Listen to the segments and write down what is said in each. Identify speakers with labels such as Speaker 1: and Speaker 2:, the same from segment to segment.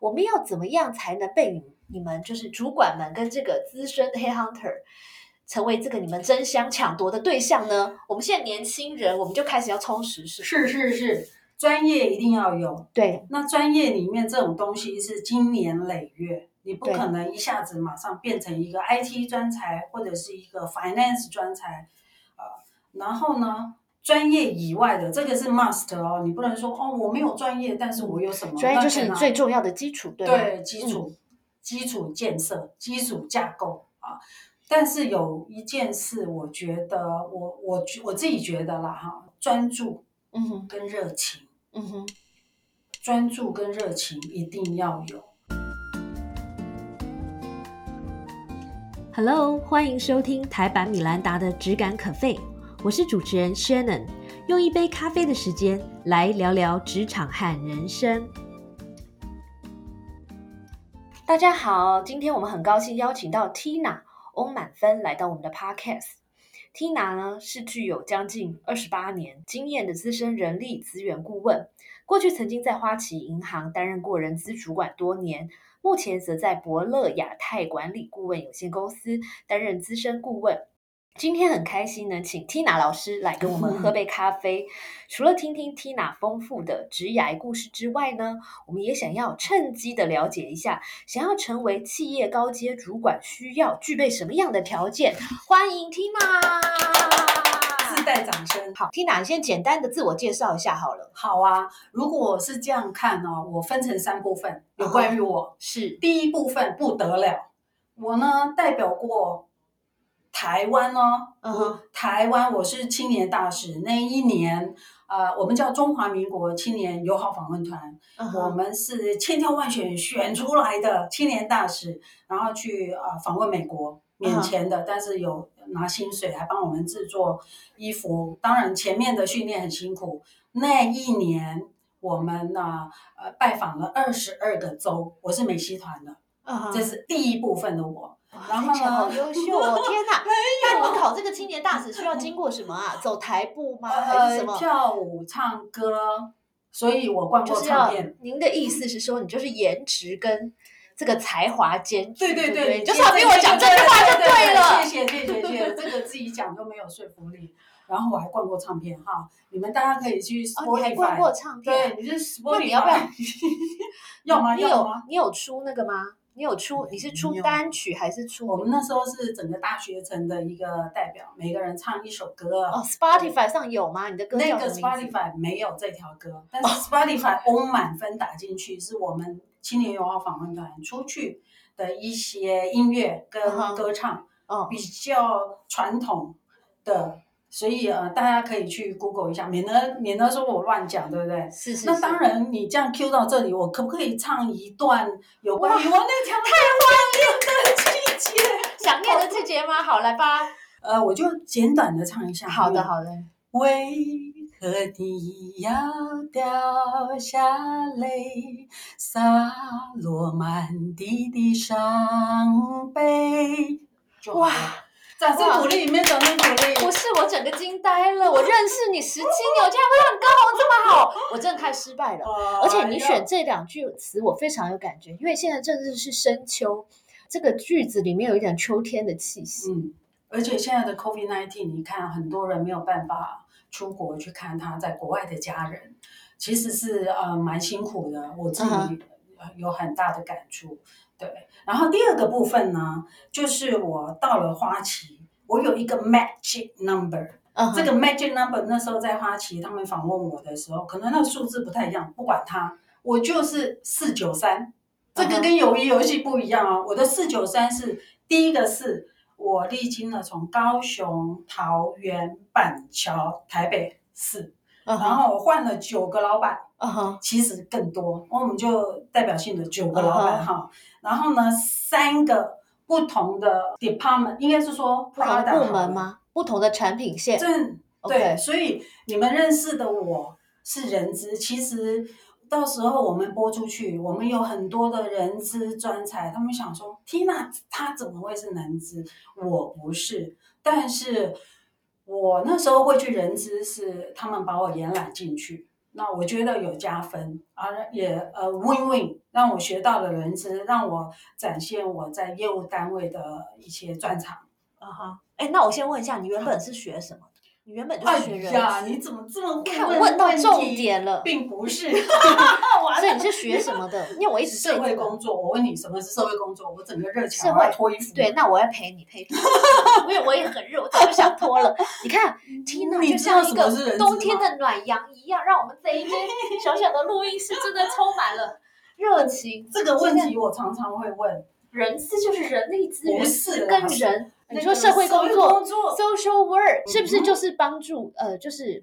Speaker 1: 我们要怎么样才能被你你们就是主管们跟这个资深的 headhunter 成为这个你们争相抢夺的对象呢？我们现在年轻人，我们就开始要充实，是吗
Speaker 2: 是是是，专业一定要有。
Speaker 1: 对
Speaker 2: 那专业里面这种东西是经年累月，你不可能一下子马上变成一个 IT 专才或者是一个 finance 专才，啊、然后呢？专业以外的，这个是 must 哦，你不能说哦，我没有专业，但是我有什么？
Speaker 1: 专业
Speaker 2: 那
Speaker 1: 就
Speaker 2: 可
Speaker 1: 是你
Speaker 2: 能
Speaker 1: 最重要的基础，对嗯吗？
Speaker 2: 对基础、基础建设、基础架构啊。但是有一件事，我觉得我我觉我自己觉得啦哈，专注
Speaker 1: 嗯哼，
Speaker 2: 跟热情，
Speaker 1: 嗯哼，
Speaker 2: 专注跟热情一定要有。
Speaker 3: Hello，欢迎收听台版米兰达的《只感可废》，我是主持人 Shannon，用一杯咖啡的时间来聊聊职场和人生。
Speaker 1: 大家好，今天我们很高兴邀请到 Tina 翁满芬来到我们的 Podcast。Tina 呢是具有将近二十八年经验的资深人力资源顾问，过去曾经在花旗银行担任过人资主管多年，目前则在伯乐亚太管理顾问有限公司担任资深顾问。今天很开心能请 Tina 老师来跟我们喝杯咖啡。 除了听听 Tina 丰富的职涯故事之外呢，我们也想要趁机的了解一下，想要成为企业高阶主管需要具备什么样的条件？欢迎 Tina。
Speaker 2: 自带掌声。
Speaker 1: 好，Tina，你先简单的自我介绍一下好了。
Speaker 2: 好啊，如果我是这样看呢、我分成三部分，有关于我。
Speaker 1: 是，
Speaker 2: 第一部分不得了，我呢代表过台湾哦，
Speaker 1: 嗯哼
Speaker 2: 台湾我是青年大使那一年，呃，我们叫中华民国青年友好访问团，
Speaker 1: 嗯
Speaker 2: 我们是千挑万选选出来的青年大使，然后去呃访问美国。
Speaker 1: 嗯
Speaker 2: 免钱的，但是有拿薪水，还帮我们制作衣服。当然，前面的训练很辛苦。那一年，我们呢，呃，拜访了二十二个州，我是美西团的，
Speaker 1: 嗯哼
Speaker 2: 这是第一部分的我。然
Speaker 1: 哇，
Speaker 2: 后
Speaker 1: 听起来好
Speaker 2: 呢，
Speaker 1: 优秀哦！天 哪，那你们考这个青年大使需要经过什么啊？走台步吗？还是什么？
Speaker 2: 呃跳舞、唱歌，所以我逛
Speaker 1: 就
Speaker 2: 过
Speaker 1: 是
Speaker 2: 唱
Speaker 1: 要
Speaker 2: 片。
Speaker 1: 您的意思是说，你就是颜值跟这个才华兼具，
Speaker 2: 对对
Speaker 1: 对
Speaker 2: 对，
Speaker 1: 不，你就是要逼我讲这句话就对了。
Speaker 2: 谢谢谢谢谢 谢，这个自己讲都没有说服力。然后我还逛过唱片哈，你们大家可以去
Speaker 1: 哦，你还
Speaker 2: Spotify，、
Speaker 1: 逛过唱片啊
Speaker 2: 对，？你是
Speaker 1: 那
Speaker 2: Spotify，
Speaker 1: 你要不要？
Speaker 2: 要吗？
Speaker 1: 你
Speaker 2: 要
Speaker 1: 有
Speaker 2: 吗？
Speaker 1: 你有出那个吗？你有出？你是出
Speaker 2: 没有
Speaker 1: 单曲还是出？
Speaker 2: 我们那时候是整个大学城的一个代表，每个人唱一首歌。
Speaker 1: 哦，Spotify 上有吗？你的歌
Speaker 2: 那
Speaker 1: 叫
Speaker 2: 个
Speaker 1: 什么名字？哦
Speaker 2: Spotify 没有这条歌，但是 Spotify 欧满分打进去是我们青年友好访问团出去的一些音乐跟
Speaker 1: 嗯哼
Speaker 2: 歌唱，
Speaker 1: 哦，
Speaker 2: 比较传统的，所以呃，大家可以去 Google 一下，免得免得说我乱讲，对不对？
Speaker 1: 是是。
Speaker 2: 那
Speaker 1: 是
Speaker 2: 当，然，你这样 Q 到这里，我可不可以唱一段有关于我那条太怀念的季节？
Speaker 1: 想念的季节吗？好，来吧。
Speaker 2: 呃，我就简短的唱一下。
Speaker 1: 好的，
Speaker 2: 嗯
Speaker 1: 好的。
Speaker 2: 为何你要掉下泪，洒落满地的伤悲？就好
Speaker 1: 哇
Speaker 2: 了！掌
Speaker 1: 哇
Speaker 2: 声鼓励，你们掌声鼓
Speaker 1: 不
Speaker 2: 励。
Speaker 1: 是，我整个惊呆了。我认识你十七年，我竟然会让你歌喉这么好，我真的太失败了。
Speaker 2: 呃
Speaker 1: 而且你选这两句词，我非常有感觉，因为现在正是是深秋，这个句子里面有一点秋天的气息。
Speaker 2: 嗯，而且现在的 COVID nineteen，你看很多人没有办法出国去看他在国外的家人，其实是呃蛮辛苦的，我自己
Speaker 1: 嗯
Speaker 2: 呃有很大的感触。对，然后第二个部分呢，就是我到了花旗，我有一个 magic number，
Speaker 1: 嗯哼，
Speaker 2: 这个 magic number 那时候在花旗，他们访问我的时候，可能那个数字不太一样，不管它，我就是四九三，这
Speaker 1: 嗯
Speaker 2: 个
Speaker 1: 哼
Speaker 2: 跟友谊游戏不一样啊。我的四九三是第一个是我历经了从高雄、桃园、板桥、台北市，
Speaker 1: 嗯
Speaker 2: 然
Speaker 1: 哼，
Speaker 2: 后我换了九个老板，
Speaker 1: 嗯哼，
Speaker 2: 其实更多，我们就代表性的九个老
Speaker 1: 嗯
Speaker 2: 板哈，然后呢三个不同的 department，应该是说
Speaker 1: 不同的
Speaker 2: product
Speaker 1: 部门吗？不同的产品线。
Speaker 2: 正
Speaker 1: OK
Speaker 2: 对，所以你们认识的我是人资，其实到时候我们播出去，我们有很多的人资专才，他们想说，Tina 她怎么会是人资？我不是，但是我那时候会去人资，是他们把我延揽进去。那我觉得有加分啊，也呃 win win，让我学到了人资，让我展现我在业务单位的一些专长。
Speaker 1: 啊哈，哎，那我先问一下，你原本是学什么的？你原本就
Speaker 2: 哎
Speaker 1: 是学人
Speaker 2: 呀，
Speaker 1: 资
Speaker 2: 你怎么这么会
Speaker 1: 看
Speaker 2: 问
Speaker 1: 问到
Speaker 2: 题
Speaker 1: 重点了
Speaker 2: 并不 是，
Speaker 1: 所以你是学什么的？因为我一直对
Speaker 2: 社会
Speaker 1: 这个
Speaker 2: 工作。我问你什么是社会工作，我整个热
Speaker 1: 社
Speaker 2: 情
Speaker 1: 会
Speaker 2: 要脱衣服。
Speaker 1: 对，，那我要陪你陪你， 因为我也很热，我早就想脱了。你看，Tina
Speaker 2: 嗯你
Speaker 1: 就
Speaker 2: 知道
Speaker 1: 像
Speaker 2: 什
Speaker 1: 一
Speaker 2: 么是
Speaker 1: 个
Speaker 2: 人资
Speaker 1: 冬天
Speaker 2: 吗
Speaker 1: 的暖阳一样，让我们这 一间小小的录音室真的充满了热情。
Speaker 2: 这个问题我常常会问，
Speaker 1: 人资就是人力资源
Speaker 2: 不，是啦
Speaker 1: 跟人，你
Speaker 2: 那
Speaker 1: 说
Speaker 2: 个
Speaker 1: 社会工作
Speaker 2: 工作
Speaker 1: （social work） 是不是
Speaker 2: 嗯哼
Speaker 1: 就是帮助呃，就是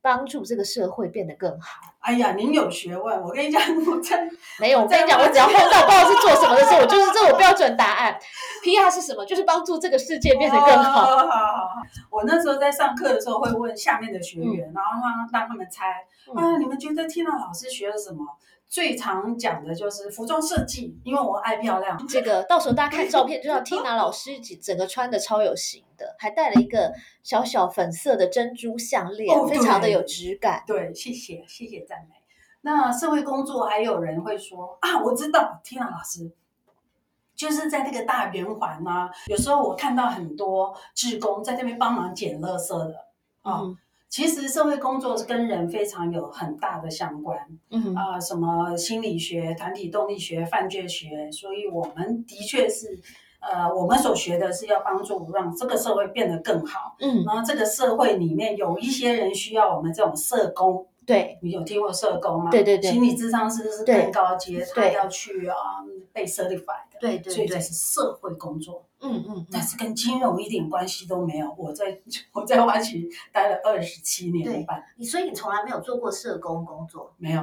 Speaker 1: 帮助这个社会变得更好？
Speaker 2: 哎呀，您有学问，我跟你讲，我真
Speaker 1: 没有，我跟你讲，
Speaker 2: 在
Speaker 1: 我
Speaker 2: 我
Speaker 1: 只要碰到不知道是做什么的时 候，我就是这种标准答案。PR 是什么？就是帮助这个世 界变得更好。
Speaker 2: 哦好好好我那时候在上课的时候会问下面的学员，然后让让他们猜、
Speaker 1: 嗯
Speaker 2: 啊，你们觉得听到老师学了什么？最常讲的就是服装设计，因为我爱漂亮。
Speaker 1: 这个到时候大家看照片就知道，Tina 老师整个穿的超有型的，还戴了一个小小粉色的珍珠项链，
Speaker 2: 哦
Speaker 1: 非常的
Speaker 2: 对
Speaker 1: 有质感。
Speaker 2: 对，谢谢谢谢赞美。那社会工作还有人会说啊，我知道，天啊，老师，就是在那个大圆环啊，有时候我看到很多志工在那边帮忙捡垃圾的啊。
Speaker 4: 哦
Speaker 1: 嗯
Speaker 2: 其实社会工作是跟人非常有很大的相关
Speaker 1: 嗯
Speaker 4: 哦
Speaker 2: 啊、什么心理学、团体动力学、犯罪学，所以我们的确是，呃，我们所学的是要帮助让这个社会变得更好。
Speaker 1: 嗯，
Speaker 4: 哦
Speaker 2: 然后这个社会里面有一些人需要我们这种社工，
Speaker 1: 对
Speaker 2: 你有听过社工吗？
Speaker 1: 对对对
Speaker 2: 心理智商师是
Speaker 1: 对
Speaker 2: 更高阶，他
Speaker 1: 对
Speaker 2: 要去啊、嗯被 certified 的，
Speaker 1: 对
Speaker 2: 所以这是社会工作，
Speaker 1: 嗯嗯
Speaker 2: 但是跟金融一点关系都没有。我在 我在花旗待了二十七年半，
Speaker 4: 你所以你从来没有做过社工工作，
Speaker 2: 没有。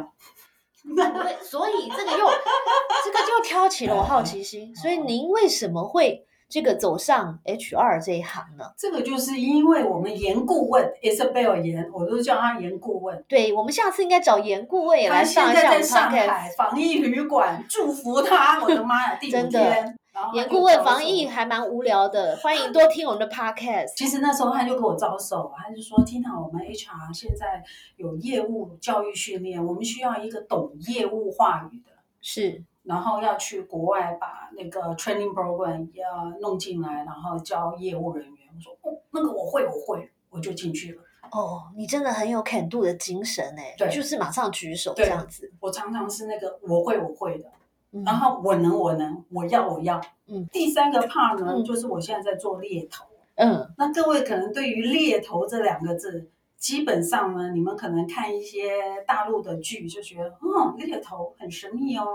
Speaker 1: 对，所以这个又这个又挑起了我好奇心。所以您为什么会这个走上 HR 这一行呢？
Speaker 2: 这个就是因为我们严顾问 Isabel 严，我都叫他严顾问。
Speaker 1: 对我们下次应该找严顾问也哎来
Speaker 2: 他
Speaker 1: 上
Speaker 2: 现
Speaker 1: 一
Speaker 2: 在
Speaker 1: 下我们 p o
Speaker 2: 在上
Speaker 1: d c a
Speaker 2: 海防疫旅馆，祝福他！我的妈呀， 第五
Speaker 1: 真的
Speaker 2: 天。然后他
Speaker 1: 严
Speaker 2: 就
Speaker 1: 顾问
Speaker 2: 告诉
Speaker 1: 防疫
Speaker 2: 我
Speaker 1: 还蛮无聊的，欢迎多听我们的 podcast。
Speaker 2: 其实那时候他就给我招手，他就说：“听到我们 HR 现在有业务教育训练，我们需要一个懂业务话语的，
Speaker 1: 是，
Speaker 2: 然后要去国外把那个 training program 要弄进来，然后教业务人员。”我说：“哦，那个我会，我会，我就进去了。
Speaker 1: 哦，你真的很有 can do 的精神哎，
Speaker 2: 对
Speaker 1: 就是马上举手这
Speaker 2: 对
Speaker 1: 样子。”
Speaker 2: 我常常是那个我会，我会的，
Speaker 1: 嗯
Speaker 2: 然后我能，我能，我要，我要。
Speaker 1: 嗯，
Speaker 2: 第三个 part 呢，
Speaker 1: 嗯
Speaker 2: 就是我现在在做猎头。
Speaker 1: 嗯
Speaker 2: 那各位可能对于“猎头”这两个字，基本上呢，你们可能看一些大陆的剧，就觉得，嗯，猎头很神秘哦，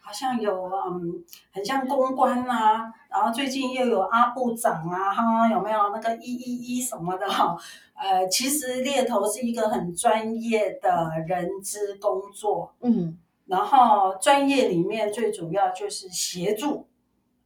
Speaker 2: 好像有嗯，很像公关啊，然后最近又有阿部长啊，哈，有没有那个一一一什么的哈、呃，其实猎头是一个很专业的人资工作，
Speaker 1: 嗯
Speaker 2: 然后专业里面最主要就是协助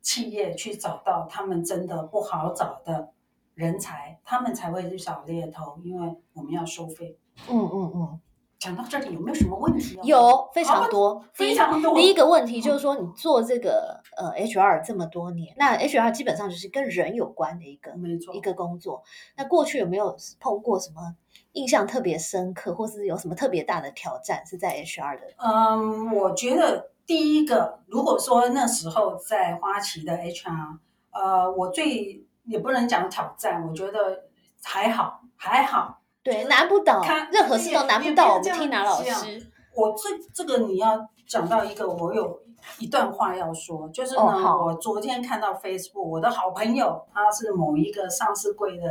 Speaker 2: 企业去找到他们真的不好找的人才，他们才会去找猎头，因为我们要收费。
Speaker 1: 嗯嗯嗯，
Speaker 2: 讲到这里有没有什么问题、啊？
Speaker 1: 有非常多，第
Speaker 2: 非
Speaker 1: 一
Speaker 2: 常多。嗯
Speaker 1: 第一个问题就是说，你做这个呃 HR 这么多年，那 HR 基本上就是跟人有关的一个
Speaker 2: 没错
Speaker 1: 一，个工作。那过去有没有碰过什么印象特别深刻，或是有什么特别大的挑战是在 HR 的？
Speaker 2: 嗯，我觉得第一个，如果说那时候在花旗的 HR，呃，我最也不能讲挑战，我觉得还好，还好，
Speaker 1: 对，难不倒
Speaker 2: 看，
Speaker 1: 任何事都难不
Speaker 2: 也也
Speaker 1: 倒我们
Speaker 2: 不要这样
Speaker 1: Tina 老
Speaker 2: 讲
Speaker 1: 师。
Speaker 2: 我这这个你要讲到一个，我有一段话要说，就是呢，
Speaker 1: 哦好
Speaker 2: 我昨天看到 Facebook，我的好朋友他是某一个上市柜的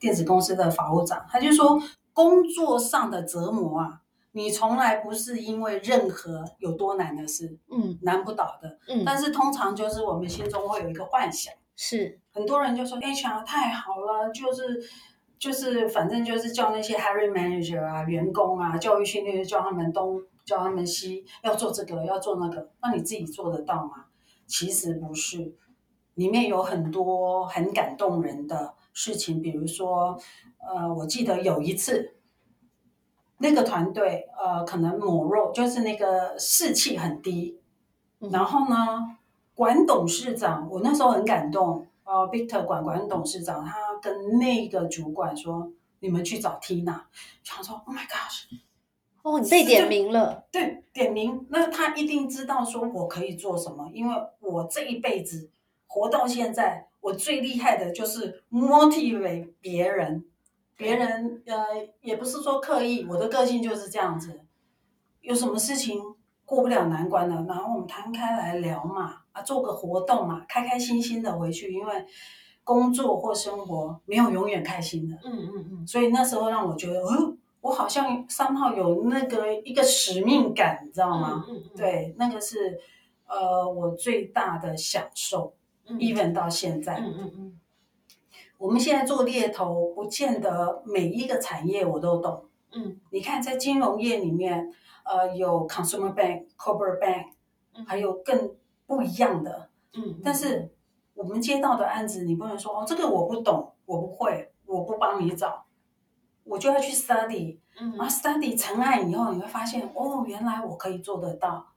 Speaker 2: 电子公司的法务长，他就说工作上的折磨啊，你从来不是因为任何有多难的事
Speaker 1: 嗯
Speaker 2: 难不倒的，
Speaker 1: 嗯，
Speaker 2: 但是通常就是我们心中会有一个幻想。
Speaker 1: 是，
Speaker 2: 很多人就说 HR 太好了，就是就是反正就是叫那些 hiring manager 啊、员工啊、教育训练，叫他们东，叫他们西，要做这个，要做那个，那你自己做得到吗？其实不是，里面有很多很感动人的事情，比如说，呃，我记得有一次。那个团队，呃，可能某肉就是那个士气很低，
Speaker 1: 嗯
Speaker 2: 然后呢，管董事长，我那时候很感动。呃，Victor 管管董事长，他跟那个主管说：“你们去找 Tina。”想说：“Oh my gosh，
Speaker 1: 哦，你被
Speaker 2: 是
Speaker 1: 点
Speaker 2: 的
Speaker 1: 名了，
Speaker 2: 对，点名，那他一定知道说我可以做什么，因为我这一辈子活到现在，我最厉害的就是 motivate 别人，别人呃也不是说刻意，我的个性就是这样子，有什么事情过不了难关了，然后我们摊开来聊嘛，啊，做个活动嘛，开开心心的回去，因为工作或生活没有永远开心的，
Speaker 1: 嗯嗯嗯，
Speaker 2: 所以那时候让我觉得，嗯，我好像三号有那个一个使命感，你知道吗？
Speaker 1: 嗯嗯，
Speaker 2: 对，那个是呃我最大的享受、
Speaker 1: 嗯
Speaker 2: e v e n 到现在，
Speaker 1: 嗯嗯嗯，
Speaker 2: 我们现在做猎头，不见得每一个产业我都懂。
Speaker 1: 嗯，
Speaker 2: 你看在金融业里面，呃，有 consumer bank、corporate bank，
Speaker 1: 嗯
Speaker 2: 还有更不一样的，
Speaker 1: 嗯，
Speaker 2: 但是我们接到的案子，你不能说哦，这个我不懂，我不会，我不帮你找，我就要去 study，
Speaker 1: 嗯
Speaker 2: 然后 study 成案以后，你会发现哦，原来我可以做得到。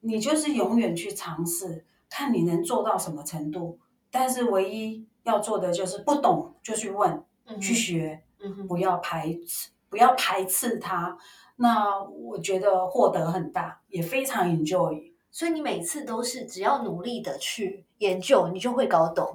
Speaker 2: 你就是永远去尝试，看你能做到什么程度。但是唯一要做的就是不懂就去问，
Speaker 1: 嗯
Speaker 2: 去学，
Speaker 1: 嗯
Speaker 2: 不要排斥，不要排斥它。那我觉得获得很大，也非常 enjoy。
Speaker 1: 所以你每次都是只要努力的去研究，你就会搞懂。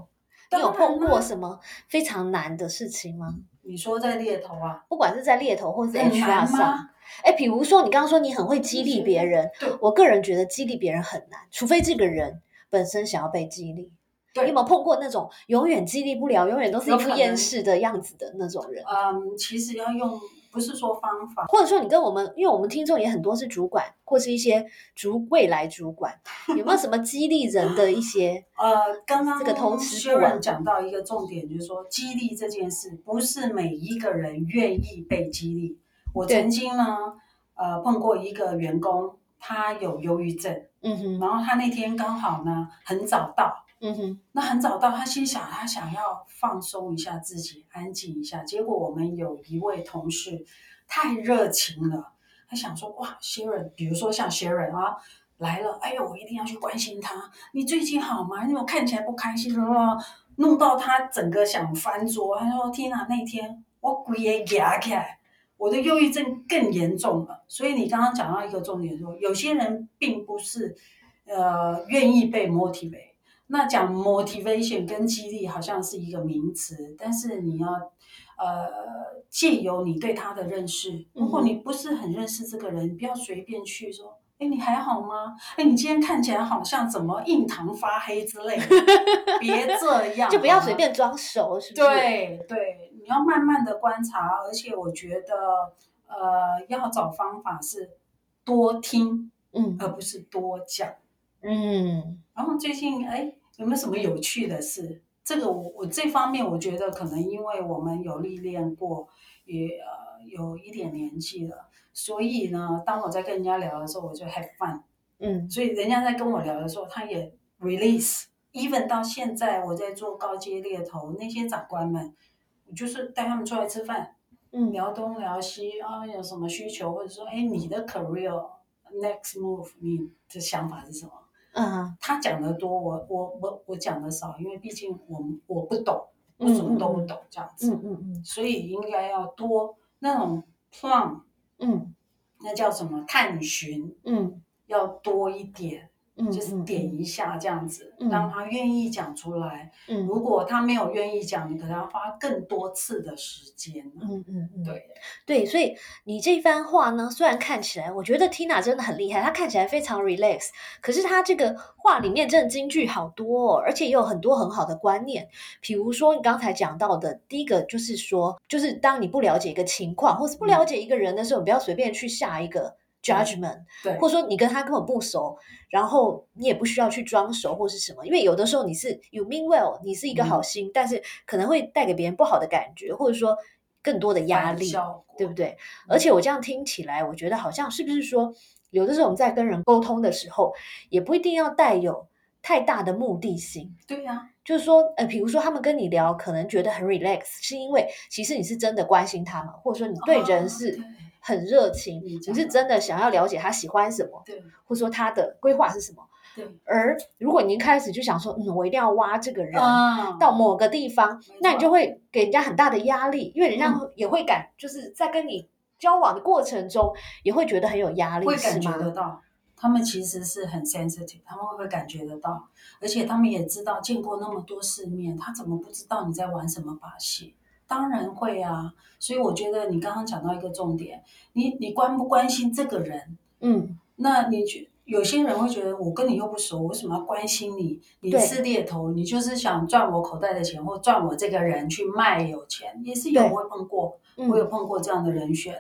Speaker 1: 你
Speaker 2: 当
Speaker 1: 有碰
Speaker 2: 然啦啊
Speaker 1: 过什么非常难的事情吗？
Speaker 2: 你说在猎头啊，
Speaker 1: 不管是在猎头或是
Speaker 2: 很
Speaker 1: HR
Speaker 2: 难
Speaker 1: 上，
Speaker 2: 吗？
Speaker 1: 哎，比如说你刚刚说你很会激励别人
Speaker 2: 对，
Speaker 1: 我个人觉得激励别人很难，除非这个人本身想要被激励。
Speaker 2: 对
Speaker 1: 你有没有碰过那种永远激励不了，永远都是一
Speaker 2: 有
Speaker 1: 副
Speaker 2: 可能
Speaker 1: 厌世的样子的那种人？
Speaker 2: 嗯，其实要用不是说方法，
Speaker 1: 或者说你跟我们，因为我们听众也很多是主管或是一些主未来主管，有没有什么激励人的一些？
Speaker 2: 呃，刚刚
Speaker 1: 这个偷吃不
Speaker 2: Sharon
Speaker 1: 完
Speaker 2: 讲到一个重点，就是说激励这件事，不是每一个人愿意被激励。我
Speaker 1: 对
Speaker 2: 曾经呢，呃，碰过一个员工，他有忧郁症，
Speaker 1: 嗯哼，
Speaker 2: 然后他那天刚好呢很早到，
Speaker 1: 嗯哼，
Speaker 2: 那很早到，他心想他想要放松一下自己，安静一下。结果我们有一位同事太热情了，他想说哇，Sharon，比如说像 Sharon 啊来了，哎呦，我一定要去关心他。你最近好吗？你怎么看起来不开心了？弄到他整个想翻桌。他说：“天哪，那天我鬼也夹起来，我的忧郁症更严重了。”所以你刚刚讲到一个重点说有些人并不是呃愿意被 motivate。那讲 motivation 跟激励好像是一个名词，但是你要呃借由你对他的认识，如果你不是很认识这个人，不要随便去说，哎，你还好吗？哎，你今天看起来好像怎么印堂发黑之类的， 别这样，
Speaker 1: 就不要随
Speaker 2: 好吗
Speaker 1: 便装熟，是不是？，
Speaker 2: 对对，你要慢慢的观察，而且我觉得，呃，要找方法是多听，
Speaker 1: 嗯
Speaker 2: 而不是多讲。
Speaker 1: 嗯
Speaker 2: 然后最近，哎，有没有什么有趣的事？这个我我这方面我觉得可能因为我们有历练过，也呃有一点年纪了，所以呢，当我在跟人家聊的时候，我就 have fun。
Speaker 1: 嗯
Speaker 2: 所以人家在跟我聊的时候，他也 release。even 到现在，我在做高阶猎头，那些长官们，我就是带他们出来吃饭，
Speaker 1: 嗯，
Speaker 2: 聊东聊西啊，有什么需求，或者说，哎，你的 career next move，你的想法是什么？
Speaker 1: 嗯
Speaker 2: 他讲的多，我我我我讲的少，因为毕竟我我不懂，我
Speaker 1: 嗯
Speaker 2: 什么都
Speaker 1: 嗯
Speaker 2: 不
Speaker 1: 嗯
Speaker 2: 懂这样子，
Speaker 1: 嗯嗯
Speaker 2: 所以应该要多那种 plum，
Speaker 1: 嗯
Speaker 2: 那叫什么探寻，
Speaker 1: 嗯
Speaker 2: 要多一点。
Speaker 1: 嗯，
Speaker 2: 就是点一下这样子，
Speaker 1: 嗯
Speaker 2: 让他愿意讲出来。
Speaker 1: 嗯，
Speaker 2: 如果他没有愿意讲，你可能要花更多次的时间。
Speaker 1: 嗯嗯嗯，
Speaker 2: 对
Speaker 1: 对，所以你这番话呢，虽然看起来，我觉得 Tina 真的很厉害，她看起来非常 relax，可是她这个话里面真的金句好多、哦，而且也有很多很好的观念。比如说你刚才讲到的，第一个就是说，就是当你不了解一个情况，或是不
Speaker 2: 嗯
Speaker 1: 了解一个人的时候，你不要随便去下一个 judgment，
Speaker 2: 对，
Speaker 1: 或者说你跟他根本不熟，然后你也不需要去装熟或是什么，因为有的时候你是 you mean well，你是一
Speaker 2: 嗯
Speaker 1: 个好心，但是可能会带给别人不好的感觉，或者说更多的压
Speaker 2: 反
Speaker 1: 力，
Speaker 2: 效果嗯
Speaker 1: 对不？对？而且我这样听起来，我觉得好像是不是说，有的时候我们在跟人沟通的时候，也不一定要带有太大的目的性。
Speaker 2: 对呀，
Speaker 1: 就是说，呃，比如说他们跟你聊，可能觉得很 relax，是因为其实你是真的关心他们，或者说你对人
Speaker 2: 哦
Speaker 1: 是很热情，
Speaker 2: 你
Speaker 1: 你
Speaker 2: 讲
Speaker 1: 是
Speaker 2: 得
Speaker 1: 真的想要了解他喜欢什么，
Speaker 2: 对对
Speaker 1: 或者说他的规划是什么。
Speaker 2: 对，
Speaker 1: 而如果你一开始就想说，嗯，我一定要挖这个人
Speaker 2: 嗯，
Speaker 1: 到某个地方
Speaker 2: 没，
Speaker 1: 啊那你
Speaker 2: 错
Speaker 1: 就会给人家很大的压力，因为人家
Speaker 2: 嗯
Speaker 1: 会也会感就是在跟你交往的过程中也会觉得很有压力，
Speaker 2: 会
Speaker 1: 是
Speaker 2: 感觉得
Speaker 1: 吗？
Speaker 2: 到，他们其实是很 sensitive，他们会感觉得到，而且他们也知道见过那么多世面，他怎么不知道你在玩什么把戏？当然会啊，所以我觉得你刚刚讲到一个重点，你你关不关心这个人？
Speaker 1: 嗯，
Speaker 2: 那你觉有些人会觉得我跟你又不熟，我为什么要关心你？你
Speaker 1: 对
Speaker 2: 是猎头，你就是想赚我口袋的钱，或赚我这个人去卖有钱，也是有
Speaker 1: 对
Speaker 2: 我也碰过，
Speaker 1: 嗯
Speaker 2: 我有碰过这样的人选，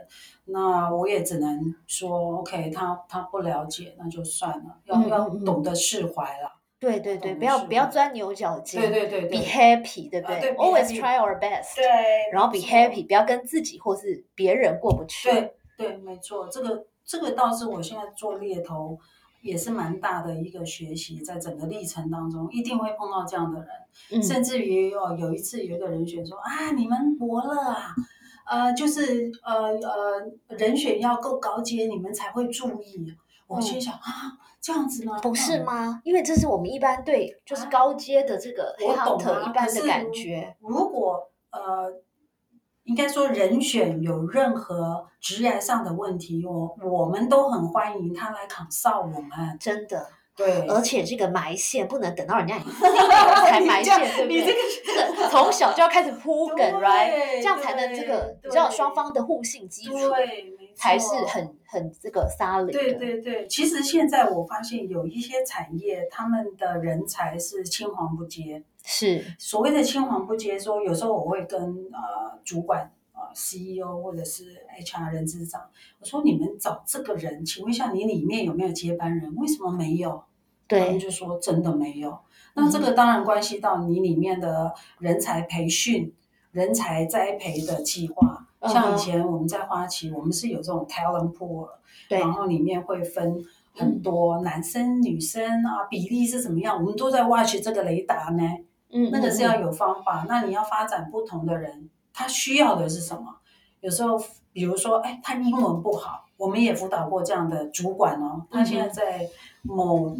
Speaker 2: 那我也只能说，OK，他他不了解，那就算了，要、
Speaker 1: 嗯嗯
Speaker 2: 要
Speaker 1: 嗯
Speaker 2: 懂得释怀了。
Speaker 1: 对对对，
Speaker 2: 懂
Speaker 1: 不要
Speaker 2: 事
Speaker 1: 不要
Speaker 2: 吗
Speaker 1: 钻牛角尖，
Speaker 2: 对对对
Speaker 1: ，be
Speaker 2: 对
Speaker 1: happy，对不
Speaker 2: 啊
Speaker 1: 对
Speaker 2: 对，be
Speaker 1: ？Always
Speaker 2: happy
Speaker 1: try our best，
Speaker 2: 对，
Speaker 1: 然后 be
Speaker 2: 没错
Speaker 1: happy，不要跟自己或是别人过不去。
Speaker 2: 对对，没错，这个这个倒是我现在做猎头也是蛮大的一个学习，在整个历程当中一定会碰到这样的人。
Speaker 1: 嗯，
Speaker 2: 甚至于有有一次有一个人选说啊，你们伯乐啊，呃，就是呃呃，人选要够高阶，你们才会注意。我心想、啊，这样子吗？
Speaker 1: 嗯不是
Speaker 2: 那
Speaker 1: 吗？因为这是我们一般对就是
Speaker 2: 嗯啊
Speaker 1: 高阶的这个
Speaker 2: 我懂
Speaker 1: hunter
Speaker 2: 啊
Speaker 1: 一般
Speaker 2: 可
Speaker 1: 的
Speaker 2: 是
Speaker 1: 感
Speaker 2: 如
Speaker 1: 觉。
Speaker 2: 如果呃，应该说人选有任何职业上的问题，我我们都很欢迎他来 consult 我们。
Speaker 1: 真的，
Speaker 2: 对，
Speaker 1: 而且这个埋线不能等到人 家已经定了才
Speaker 2: 你
Speaker 1: 埋
Speaker 2: 这样
Speaker 1: 线，对不
Speaker 2: 你这
Speaker 1: 对？
Speaker 2: 个
Speaker 1: 这个从小就要开始铺梗
Speaker 2: 对
Speaker 1: ，right？这样才能这个，你知道
Speaker 2: 对
Speaker 1: 双方的互信基础
Speaker 2: 对，没
Speaker 1: 才是
Speaker 2: 错
Speaker 1: 很很这个 solid 的。
Speaker 2: 对对对，其实现在我发现有一些产业，他们的人才是青黄不接。
Speaker 1: 是，
Speaker 2: 所谓的青黄不接说，有时候我会跟呃主管、呃 CEO 或者是 HR 人资长，我说你们找这个人，请问一下你里面有没有接班人？为什么没有？他们
Speaker 1: 对，嗯
Speaker 2: 就说真的没有。那这个当然关系到你里面的人才培训、人才栽培的计划。像
Speaker 1: 嗯哼
Speaker 2: 以前我们在花旗，我们是有这种 talent pool，
Speaker 1: 对，嗯
Speaker 2: 然后里面会分很多男生、女生啊，比例是怎么样，我们都在 watch 这个雷达呢。
Speaker 1: 嗯，
Speaker 2: 那个是
Speaker 1: 嗯
Speaker 2: 要有方法，那你要发展不同的人，他需要的是什么？有时候，比如说，哎，他英文不好，我们也辅导过这样的主管哦，
Speaker 1: 嗯
Speaker 2: 他现在在某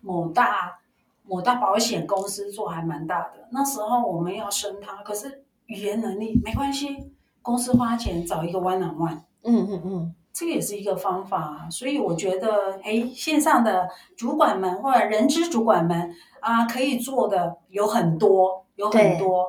Speaker 2: 某大某大保险公司做还蛮大的，那时候我们要升他，可是语言能力没关系，公司花钱找一个 one on one。
Speaker 1: 嗯嗯嗯，
Speaker 2: 这个也是一个方法啊，所以我觉得，哎，线上的主管们或者人资主管们啊，可以做的有很多，有很多，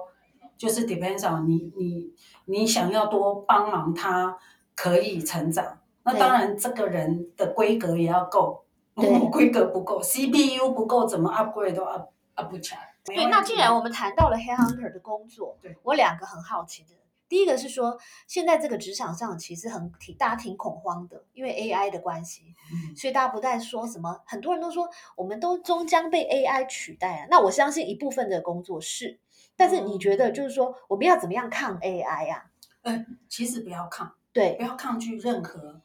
Speaker 2: 就是 depends on 你你你想要多帮忙他可以成长。那
Speaker 1: 对
Speaker 2: 当然，这个人的规格也要够，如
Speaker 1: 对
Speaker 2: 果规格不够，CPU 不够，怎么 upgrade 都 up up 不起来。
Speaker 1: 对。那既然我们谈到了 headhunter 的工作
Speaker 2: 对，
Speaker 1: 我两个很好奇的。第一个是说，现在这个职场上其实很挺大家挺恐慌的，因为 AI 的关系，
Speaker 2: 嗯
Speaker 1: 所以大家不再说什么，很多人都说我们都终将被 AI 取代啊。那我相信一部分的工作是，但是你觉得就是说，我们要怎么样抗 AI 啊？
Speaker 2: 其实不要抗，
Speaker 1: 对
Speaker 2: 不要抗拒任何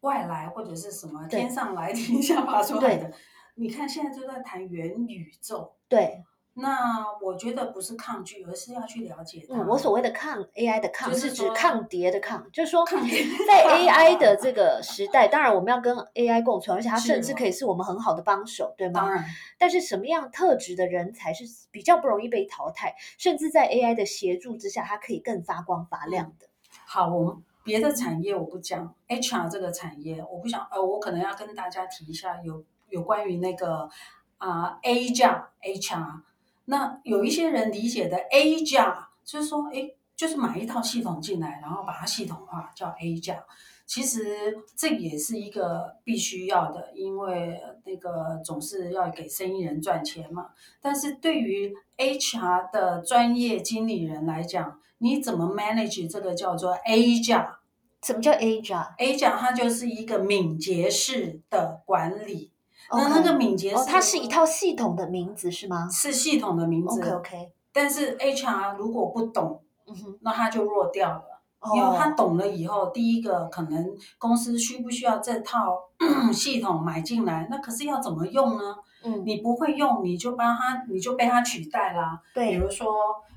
Speaker 2: 外来或者是什么
Speaker 1: 对
Speaker 2: 天上来 天下发出来的。你看现在就在谈元宇宙，
Speaker 1: 对，
Speaker 2: 那我觉得不是抗拒，而是要去了解它。
Speaker 1: 嗯，我所谓的抗 AI 的抗
Speaker 2: 就是是
Speaker 1: 指
Speaker 2: 说
Speaker 1: 抗跌的抗，就是说
Speaker 2: 抗跌
Speaker 1: 在 AI 的这个时代，当然我们要跟 AI 共存，而且它
Speaker 2: 是
Speaker 1: 甚至
Speaker 2: 哦
Speaker 1: 可以是我们很好的帮手，对吗？
Speaker 2: 当然，
Speaker 1: 但是什么样特质的人才是比较不容易被淘汰，甚至在 AI 的协助之下，它可以更发光发亮的？
Speaker 2: 好，我们别的产业我不讲，HR 这个产业我不想，呃，我可能要跟大家提一下有有关于那个啊、A 价 HR，那有一些人理解的 A 价就是说，诶，就是买一套系统进来，然后把它系统化叫 A 价。其实这也是一个必须要的，因为那个总是要给生意人赚钱嘛。但是对于 HR 的专业经理人来讲，你怎么 manage 这个叫做 A 价
Speaker 1: 什么叫 AI 啊
Speaker 2: ？A 价它就是一个敏捷式的管理。那
Speaker 1: OK
Speaker 2: 那个敏捷式、
Speaker 1: 哦，它是一套系统的名字是吗
Speaker 2: 是系统的名字
Speaker 1: ？OK OK，
Speaker 2: 但是 HR 如果不懂，
Speaker 1: 嗯哼，
Speaker 2: 那他就弱掉了。因为他
Speaker 1: 哦，
Speaker 2: 懂了以后，第一个可能公司需不需要这套 系统买进来？那可是要怎么用呢？
Speaker 1: 嗯，
Speaker 2: 你不会用，你就帮他，你就被他取代啦。比
Speaker 1: 对，
Speaker 2: 如说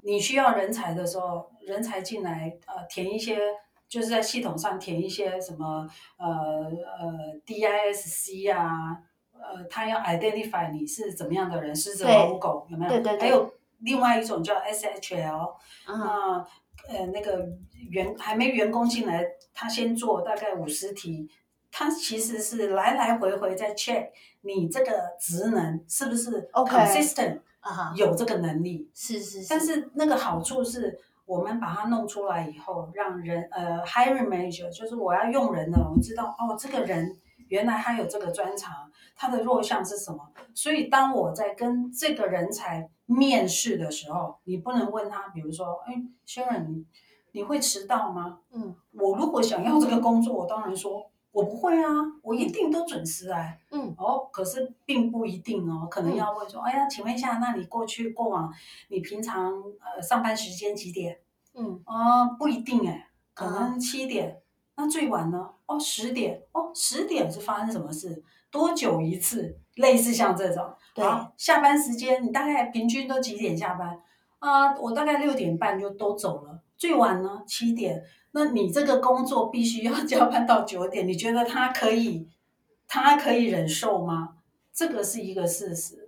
Speaker 2: 你需要人才的时候，人才进来，呃，填一些就是在系统上填一些什么呃呃 DISC 啊，呃，他要 identify 你是怎么样的人，狮子
Speaker 1: 对
Speaker 2: 老狗有没有？
Speaker 1: 对对对
Speaker 2: 还有另外一种叫 SHL，
Speaker 1: 嗯，
Speaker 2: 那呃那个员还没员工进来，他先做大概五十题，他其实是来来回回在 check 你这个职能是不是
Speaker 4: OK
Speaker 2: consistent
Speaker 4: 啊哈，
Speaker 2: 有这个能力。
Speaker 4: 是是是，
Speaker 2: 但是那个好处是我们把它弄出来以后，让人呃 hiring manager 就是我要用人的，我知道哦，这个人原来他有这个专长，他的弱项是什么。所以当我在跟这个人才面试的时候，你不能问他，比如说，哎，Sharon，你你会迟到吗？
Speaker 4: 嗯，
Speaker 2: 我如果想要这个工作，我当然说。我不会啊，我一定都准时来。
Speaker 1: 嗯，
Speaker 2: 哦，可是并不一定哦，
Speaker 4: 嗯
Speaker 2: 可能要问说，哎呀，请问一下，那你过去过往你平常呃上班时间几点？
Speaker 1: 嗯，
Speaker 2: 哦，不一定哎，可
Speaker 4: 啊
Speaker 2: 能七点。那最晚呢？哦，十点。哦，十点是发生什么事？多久一次？类似像这种。
Speaker 4: 对
Speaker 2: 好下班时间你大概平均都几点下班？啊，我大概六点半就都走了，最晚呢七点。那你这个工作必须要 加班到九点，你觉得他可以，他可以忍受吗？这个是一个事实。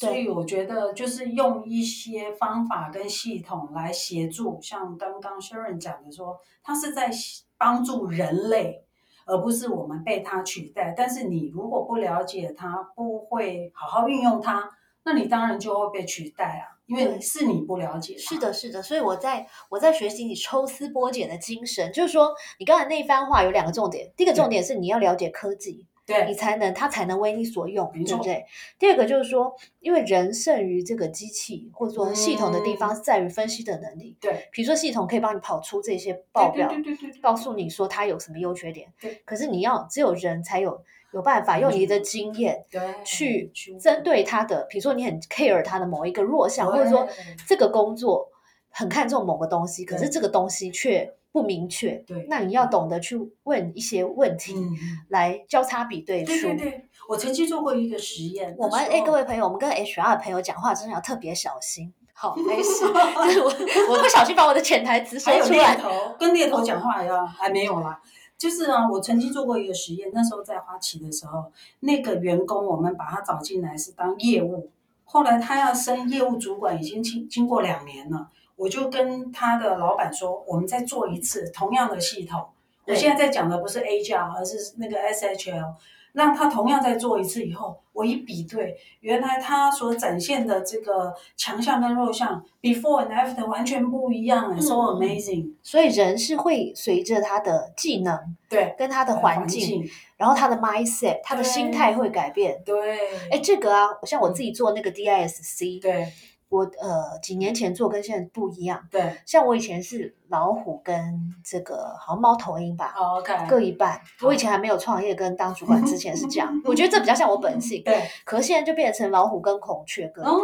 Speaker 4: 对
Speaker 2: 所以我觉得就是用一些方法跟系统来协助，像刚刚 Sharon 讲的说，它是在帮助人类，而不是我们被它取代。但是你如果不了解它，不会好好运用它，那你当然就会被取代啊，因为
Speaker 4: 对
Speaker 2: 是你不了解。
Speaker 1: 是，的，是的，所以我在我在学习你抽丝剥茧的精神，就是说你刚才那一番话有两个重点，第一个重点是你要了解科技，你
Speaker 2: 对
Speaker 1: 才能它才能为你所用，对
Speaker 2: 没
Speaker 1: 不
Speaker 2: 错
Speaker 1: 对？第二个就是说，因为人胜于这个机器或者说系统的地方是在于分析的能力，
Speaker 2: 对，
Speaker 1: 比如说系统可以帮你跑出这些报表，
Speaker 2: 对对对对对，
Speaker 1: 告诉你说它有什么优缺点
Speaker 2: 对，
Speaker 1: 可是你要只有人才有有办法用你的经验
Speaker 2: 对
Speaker 1: 去
Speaker 2: 去
Speaker 1: 针对他的，比如说你很 care 他的某一个弱项，或者说
Speaker 2: 对
Speaker 1: 这个工作很看重某个东西，可是
Speaker 2: 对
Speaker 1: 这个东西却不明确，
Speaker 2: 对，
Speaker 1: 那你要懂得去问一些问题，
Speaker 2: 嗯，
Speaker 1: 来交叉比对出。
Speaker 2: 对对哦对，我曾经做过一个实验，
Speaker 1: 我们
Speaker 2: 那时
Speaker 1: 哎，
Speaker 2: 候
Speaker 1: 各位朋友，我们跟 HR 的朋友讲话真的要特别小心。好， 没事，就是我我不小心把我的潜台词说
Speaker 2: 还有
Speaker 1: 出
Speaker 2: 猎
Speaker 1: 来。
Speaker 2: 头，跟猎头讲话要还没有啦。就是啊，我曾经做过一个实验，那时候在花旗的时候，那个员工我们把他找进来是当业务，后来他要升业务主管，已经经经过两年了，我就跟他的老板说，我们再做一次同样的系统。我
Speaker 1: 对
Speaker 2: 现在在讲的不是 A 加，而是那个 SHL。那他同样在做一次以后，我一比对，原来他所展现的这个强项跟弱项，before and after 完全不一样、欸、，so
Speaker 4: 嗯
Speaker 2: amazing。
Speaker 1: 所以人是会随着他的技能
Speaker 2: 对，
Speaker 1: 跟他的
Speaker 2: 呃
Speaker 1: 环境，，然后他的 mindset，他的心态会改变。
Speaker 2: 对，
Speaker 1: 哎，这个啊，像我自己做那个 DISC，
Speaker 2: 对
Speaker 1: 我呃几年前做跟现在不一样。
Speaker 2: 对
Speaker 1: 像我以前是老虎跟这个好像猫头鹰吧，
Speaker 2: 好，OK，
Speaker 1: 各一半。我以前还没有创业跟当主管之前是这 样，我觉得这比较像我本性。
Speaker 2: 对，
Speaker 1: 可是现在就变成老虎跟孔雀各一半。
Speaker 2: 哦，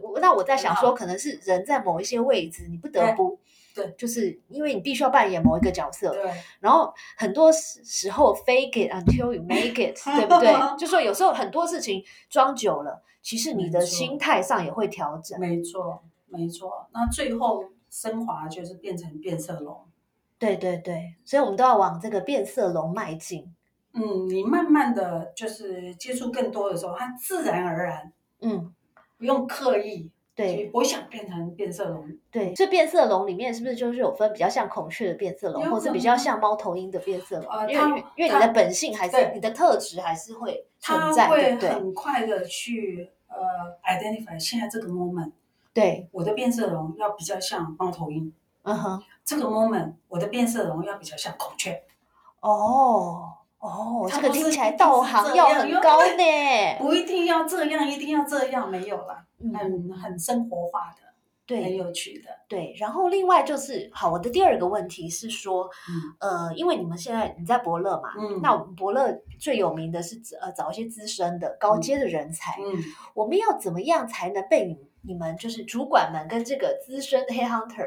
Speaker 1: 我那我在想
Speaker 2: 很
Speaker 1: 说，可能是人在某一些位置，你不得不
Speaker 2: 对对
Speaker 1: 就是因为你必须要扮演某一个角色，
Speaker 2: 对，
Speaker 1: 然后很多时时候 fake it until you make it，对不 对？就说有时候很多事情装久了，其实你的
Speaker 2: 没错
Speaker 1: 心态上也会调整。
Speaker 2: 没错，没错。那最后升华就是变成变色龙。
Speaker 1: 对对对，所以我们都要往这个变色龙迈进。
Speaker 2: 嗯，你慢慢的就是接触更多的时候，它自然而然，
Speaker 1: 嗯，
Speaker 2: 不用刻意。
Speaker 1: 对，
Speaker 2: 我想变成变色龙，
Speaker 1: 对。所以变色龙里面是不是就是有分比较像孔雀的变色龙，
Speaker 2: 有
Speaker 1: 或者是
Speaker 2: 可
Speaker 1: 比较
Speaker 2: 能
Speaker 1: 像猫头鹰的变色
Speaker 2: 呃
Speaker 1: 龙？因为
Speaker 2: 它
Speaker 1: 因为你的
Speaker 2: 它
Speaker 1: 本性还是
Speaker 2: 对
Speaker 1: 你的特质还是会存
Speaker 2: 它
Speaker 1: 在，对
Speaker 2: 会
Speaker 1: 不对？
Speaker 2: 很快的去呃 identify 现在这个 moment，
Speaker 1: 对，
Speaker 2: 我的变色龙要比较像猫头鹰，
Speaker 1: 嗯哼，
Speaker 2: 这个 moment 我的变色龙要比较像孔雀。
Speaker 1: 哦哦，
Speaker 2: 它
Speaker 1: 这个
Speaker 2: 不是
Speaker 1: 听起来
Speaker 2: 一定
Speaker 1: 道
Speaker 2: 是
Speaker 1: 行
Speaker 2: 这
Speaker 1: 要
Speaker 2: 样
Speaker 1: 很
Speaker 2: 因为
Speaker 1: 高
Speaker 2: 对
Speaker 1: 呢。
Speaker 2: 不一定要这样，一定要这样，没有啦，
Speaker 1: 嗯，
Speaker 2: 很很生活化的，很
Speaker 1: 对
Speaker 2: 有趣的。
Speaker 1: 对。然后另外就是，好，我的第二个问题是说，
Speaker 2: 嗯
Speaker 1: 呃，因为你们现在你在伯乐嘛，
Speaker 2: 嗯
Speaker 1: 那我们伯乐最有名的是呃找一些资深的高阶的人才，
Speaker 2: 嗯，
Speaker 1: 我们要怎么样才能被你你们就是主管们跟这个资深的 headhunter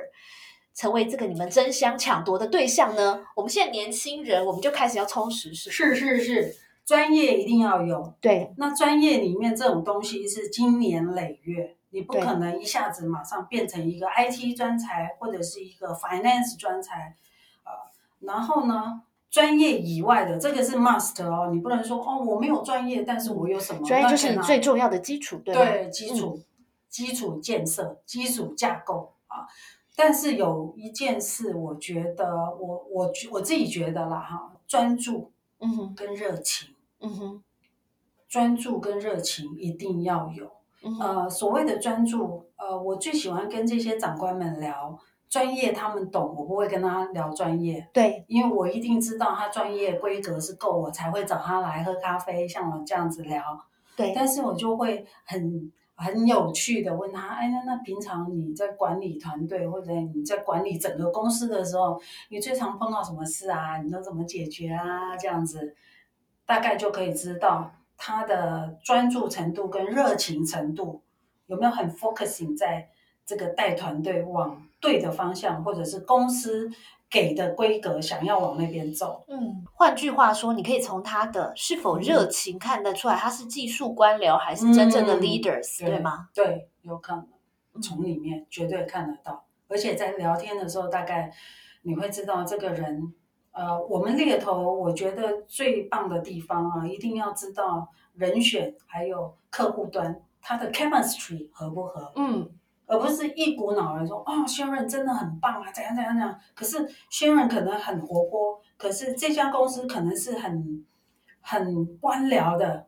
Speaker 1: 成为这个你们争相抢夺的对象呢？我们现在年轻人，我们就开始要充实，是
Speaker 2: 是是是，专业一定要有。
Speaker 1: 对
Speaker 2: 那专业里面这种东西是经年累月，你不
Speaker 1: 对
Speaker 2: 可能一下子马上变成一个 IT 专才或者是一个 finance 专才啊、然后呢？专业以外的，这个是 must 哦，你不能说哦，我没有专业，但是我有什么？
Speaker 1: 嗯专业
Speaker 2: 哦那
Speaker 1: 就是
Speaker 2: 天
Speaker 1: 你
Speaker 2: 哪
Speaker 1: 最重要的基础，对吗？嗯
Speaker 2: 对基础、基础建设、基础架构啊。但是有一件事，我觉得我我我自己觉得啦哈，专注
Speaker 1: 嗯哼，
Speaker 2: 跟热情，
Speaker 1: 嗯哼，
Speaker 2: 专注跟热情一定要有。
Speaker 1: 嗯哼，
Speaker 2: 呃，所谓的专注，呃，我最喜欢跟这些长官们聊专业，他们懂，我不会跟他聊专业，
Speaker 1: 对，
Speaker 2: 因为我一定知道他专业规格是够，我才会找他来喝咖啡，像我这样子聊。
Speaker 1: 对，
Speaker 2: 但是我就会很很有趣的问他，哎，那那平常你在管理团队或者你在管理整个公司的时候，你最常碰到什么事啊？你都怎么解决啊？这样子，大概就可以知道他的专注程度跟热情程度有没有很 focusing 在这个带团队往对的方向，或者是公司给的规格想要往那边走。
Speaker 1: 嗯，换句话说，你可以从他的是否热情看得出来，他是技术官僚还是真正的
Speaker 2: 嗯
Speaker 1: leaders，对吗？嗯
Speaker 2: 对，有可能从里面绝对看得到，而且在聊天的时候，大概你会知道这个人。呃，我们猎头，我觉得最棒的地方啊，一定要知道人选还有客户端他的 chemistry 合不合，
Speaker 1: 嗯，
Speaker 2: 而不是一股脑来说哦，Sharon 真的很棒啊，怎样怎样怎样。可是 Sharon 可能很活泼，可是这家公司可能是很很官僚的。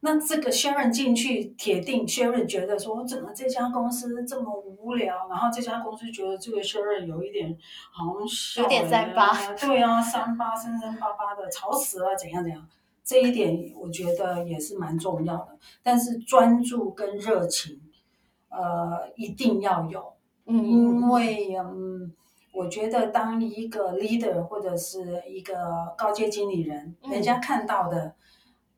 Speaker 2: 那这个 Sharon 进去，铁定 Sharon 觉得说，怎么这家公司这么无聊？然后这家公司觉得这个 Sharon 有一点好像小
Speaker 1: 有点
Speaker 2: 人
Speaker 1: 三八
Speaker 2: 啊对啊，三八生生巴巴的，吵死了，怎样怎样。这一点我觉得也是蛮重要的，但是专注跟热情，呃，一定要有，
Speaker 1: 嗯
Speaker 2: 因为嗯，我觉得当一个 leader 或者是一个高阶经理人，
Speaker 1: 嗯
Speaker 2: 人家看到的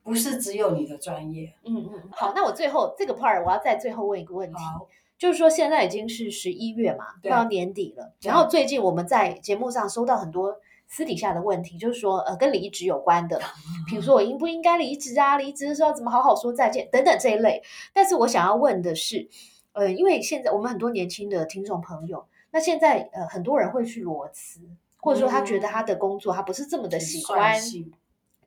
Speaker 2: 不是只有你的专业，
Speaker 1: 嗯嗯，好，那我最后这个 part 我要再最后问一个问题，
Speaker 2: 好，
Speaker 1: 就是说现在已经是十一月嘛，快
Speaker 2: 对
Speaker 1: 要年底了。
Speaker 2: 对
Speaker 1: 然后最近我们在节目上收到很多私底下的问题，就是说呃跟离职有关的，比如说我应不应该离职啊，离职的时候怎么好好说再见等等这一类。但是我想要问的是，呃，因为现在我们很多年轻的听众朋友，那现在呃很多人会去裸辞，或者说他觉得他的工作他不是这么的喜欢，
Speaker 2: 嗯算性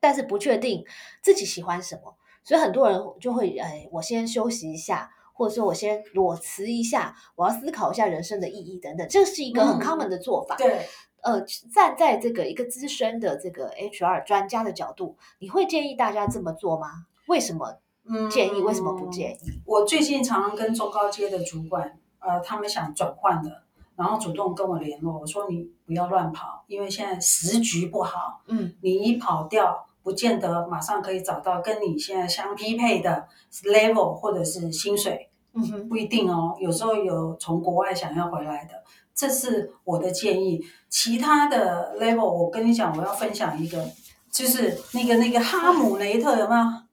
Speaker 1: 但是不确定自己喜欢什么，所以很多人就会哎，我先休息一下，或者说我先裸辞一下，我要思考一下人生的意义等等，这是一个很
Speaker 2: 嗯
Speaker 1: common 的做法。
Speaker 2: 对，
Speaker 1: 呃，站在这个一个资深的这个 HR 专家的角度，你会建议大家这么做吗？为什么
Speaker 2: 嗯，
Speaker 1: 建议？为什么不建议？
Speaker 2: 我最近常常跟中高阶的主管，呃，他们想转换的，然后主动跟我联络，我说你不要乱跑，因为现在时局不好，
Speaker 1: 嗯
Speaker 2: 你一跑掉，不见得马上可以找到跟你现在相匹配的 level 或者是薪水，
Speaker 1: 嗯哼，
Speaker 2: 不一定哦。有时候有从国外想要回来的，这是我的建议。其他的 level，我跟你讲，我要分享一个，就是那个那个哈姆雷特有没有？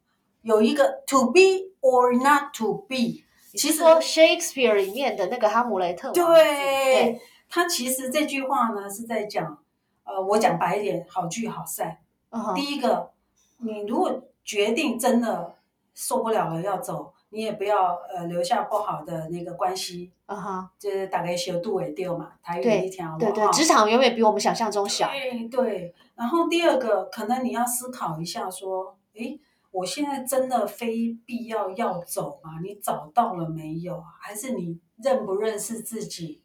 Speaker 2: 有一个 to be or not to be，其
Speaker 1: 其实
Speaker 2: 实
Speaker 1: 说 Shakespeare 里面的那个哈姆雷特王子，
Speaker 2: 对，他其实这句话呢是在讲，呃，我讲白一点，好聚好散。
Speaker 1: 嗯哼，
Speaker 2: 第一个，你如果决定真的受不了了要走，你也不要呃留下不好的那个关系，
Speaker 1: 嗯哼，
Speaker 2: 就是大概小度为丢嘛，台语
Speaker 1: 对
Speaker 2: 一条
Speaker 1: 对对，职场永远比我们想象中小，
Speaker 2: 对对。然后第二个，可能你要思考一下，说，诶，我现在真的非必要要走吗？你找到了没有啊？还是你认不认识自己？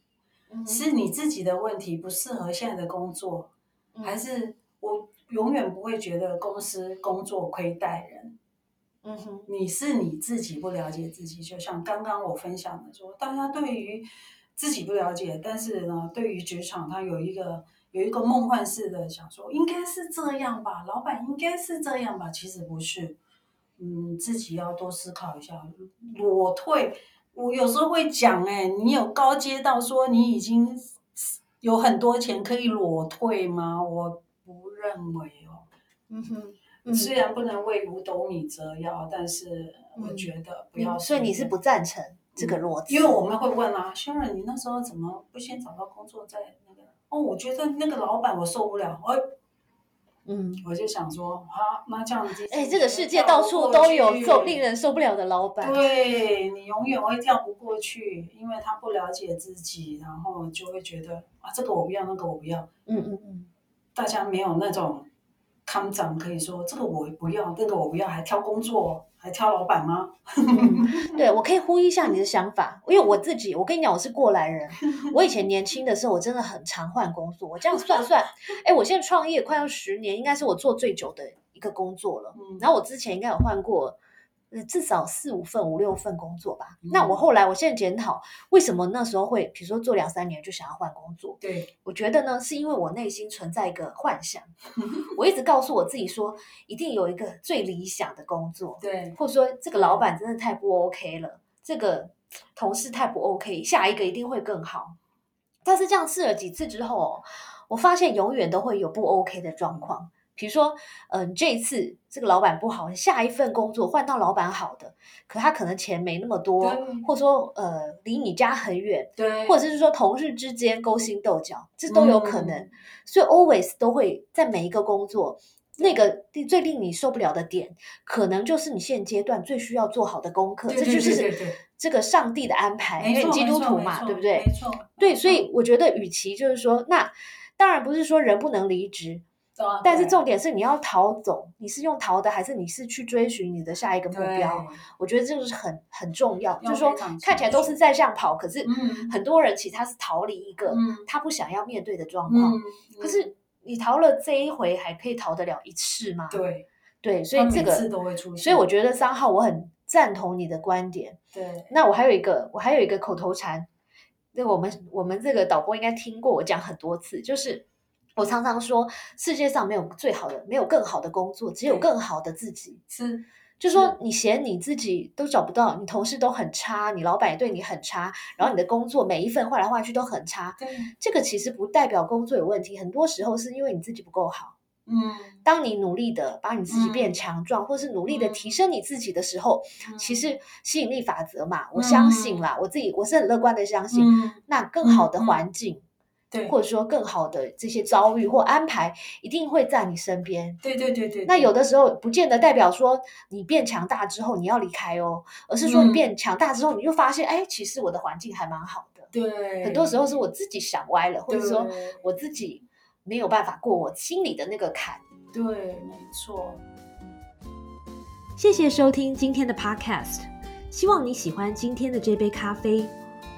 Speaker 1: 嗯哼
Speaker 2: 是你自己的问题，不适合现在的工作，
Speaker 1: 嗯
Speaker 2: 还是我永远不会觉得公司工作亏待人。
Speaker 1: 嗯哼，
Speaker 2: 你是你自己不了解自己，就像刚刚我分享的说，大家对于自己不了解，但是呢，对于职场，他有一个有一个梦幻式的想说，应该是这样吧，老板应该是这样吧，其实不是。嗯，自己要多思考一下，裸退我有时候会讲、哎，你有高阶到说你已经有很多钱可以裸退吗？我不认为哦。
Speaker 1: 嗯哼，
Speaker 2: 虽然不能为五斗米折腰，但是我
Speaker 1: 嗯
Speaker 2: 觉得不
Speaker 1: 你
Speaker 2: 要、
Speaker 1: 所以你是不赞成这个逻辑？
Speaker 2: 因为我们会问啊，Sharon，你那时候怎么不先找到工作再那个？哦，我觉得那个老板我受不了，哎，
Speaker 1: 嗯，
Speaker 2: 我就想说啊，那这样子，
Speaker 1: 哎，这个世界到处都有这种令人受不了的老板。
Speaker 2: 对你永远会跳不过去，因为他不了解自己，然后就会觉得啊，这个我不要，那个我不要。
Speaker 1: 嗯嗯嗯，
Speaker 2: 大家没有那种康长可以说这个我不要，那个我不要，还挑工作，还挑老板吗？
Speaker 1: 嗯对，我可以呼应一下你的想法，因为我自己，我跟你讲，我是过来人。我以前年轻的时候，我真的很常换工作。我这样算算，哎，我现在创业快要十年，应该是我做最久的一个工作了。
Speaker 2: 嗯，
Speaker 1: 然后我之前应该有换过，呃，至少四五份、五六份工作吧。那我后来，我现在检讨，为什么那时候会，比如说做两三年就想要换工作？
Speaker 2: 对，
Speaker 1: 我觉得呢，是因为我内心存在一个幻想， 我一直告诉我自己说，一定有一个最理想的工作。
Speaker 2: 对，
Speaker 1: 或者说这个老板真的太不 OK 了，这个同事太不 OK，下一个一定会更好。但是这样试了几次之后哦，我发现永远都会有不 OK 的状况。比如说，嗯、这一次这个老板不好，下一份工作换到老板好的，可他可能钱没那么多
Speaker 2: 对，
Speaker 1: 或者说呃离你家很远，
Speaker 2: 对，
Speaker 1: 或者是说同事之间勾心斗角，这都有可能。
Speaker 2: 嗯
Speaker 1: 所以 always 都会在每一个工作，那个最最令你受不了的点，可能就是你现阶段最需要做好的功课。
Speaker 2: 对
Speaker 1: 这
Speaker 2: 对
Speaker 1: 就
Speaker 2: 对对
Speaker 1: 是
Speaker 2: 对
Speaker 1: 这个上帝的安排，因
Speaker 2: 没
Speaker 1: 为
Speaker 2: 错，
Speaker 1: 基督
Speaker 2: 没错
Speaker 1: 徒
Speaker 2: 没
Speaker 1: 嘛，
Speaker 2: 错
Speaker 1: 对不对
Speaker 2: 没？错，
Speaker 1: 对，所以我觉得，与其就是说，那当然不是说人不能离职，
Speaker 2: 啊
Speaker 1: 但是
Speaker 2: 对
Speaker 1: 重点是你要逃走，你是用逃的，还是你是去追寻你的下一个目
Speaker 2: 对
Speaker 1: 标？我觉得这个是很很重要，就
Speaker 2: 要
Speaker 1: 是说
Speaker 2: 非常
Speaker 1: 看起来都是在这样跑，可是
Speaker 2: 嗯
Speaker 1: 很多人其实他是逃离一个
Speaker 2: 嗯
Speaker 1: 他不想要面对的状况。
Speaker 2: 嗯，
Speaker 1: 可是你逃了这一回，还可以逃得了一次吗？
Speaker 2: 嗯对，
Speaker 1: 对，所以
Speaker 2: 他
Speaker 1: 这
Speaker 2: 每次
Speaker 1: 个，
Speaker 2: 都会出现，
Speaker 1: 所以我觉得三号我很赞同你的观点。
Speaker 2: 对
Speaker 1: 那我还有一个，我还有一个口头禅，那个我们我们这个导播应该听过我讲很多次，就是我常常说，世界上没有最好的，没有更好的工作，只有
Speaker 2: 对
Speaker 1: 更好的自己。
Speaker 2: 是
Speaker 1: 就说你嫌你自己都找不到，你同事都很差，你老板也对你很差，然后你的工作每一份换来换去都很差。
Speaker 2: 对，
Speaker 1: 这个其实不代表工作有问题，很多时候是因为你自己不够好。
Speaker 2: 嗯，
Speaker 1: 当你努力的把你自己变
Speaker 2: 嗯
Speaker 1: 强壮，或是努力的
Speaker 2: 嗯
Speaker 1: 提升你自己的时候，
Speaker 2: 嗯
Speaker 1: 其实吸引力法则嘛，我相信啦，我自己我是很乐观的相信，
Speaker 2: 嗯
Speaker 1: 那更好的
Speaker 2: 嗯嗯
Speaker 1: 环境，
Speaker 2: 对，
Speaker 1: 或者说更好的这些遭遇或安排，一定会在你身边。
Speaker 2: 对对对对，
Speaker 1: 那
Speaker 2: 对
Speaker 1: 有的时候不见得代表说你变强大之后你要离开哦，而是说你
Speaker 2: 嗯
Speaker 1: 变强大之后，你就发现，哎，其实我的环境还蛮好的。
Speaker 2: 对，
Speaker 1: 很多时候是我自己想歪了，或者说
Speaker 2: 对
Speaker 1: 我自己没有办法过我心里的那个坎。
Speaker 2: 对，没错，
Speaker 3: 谢谢收听今天的 Podcast，希望你喜欢今天的这杯咖啡。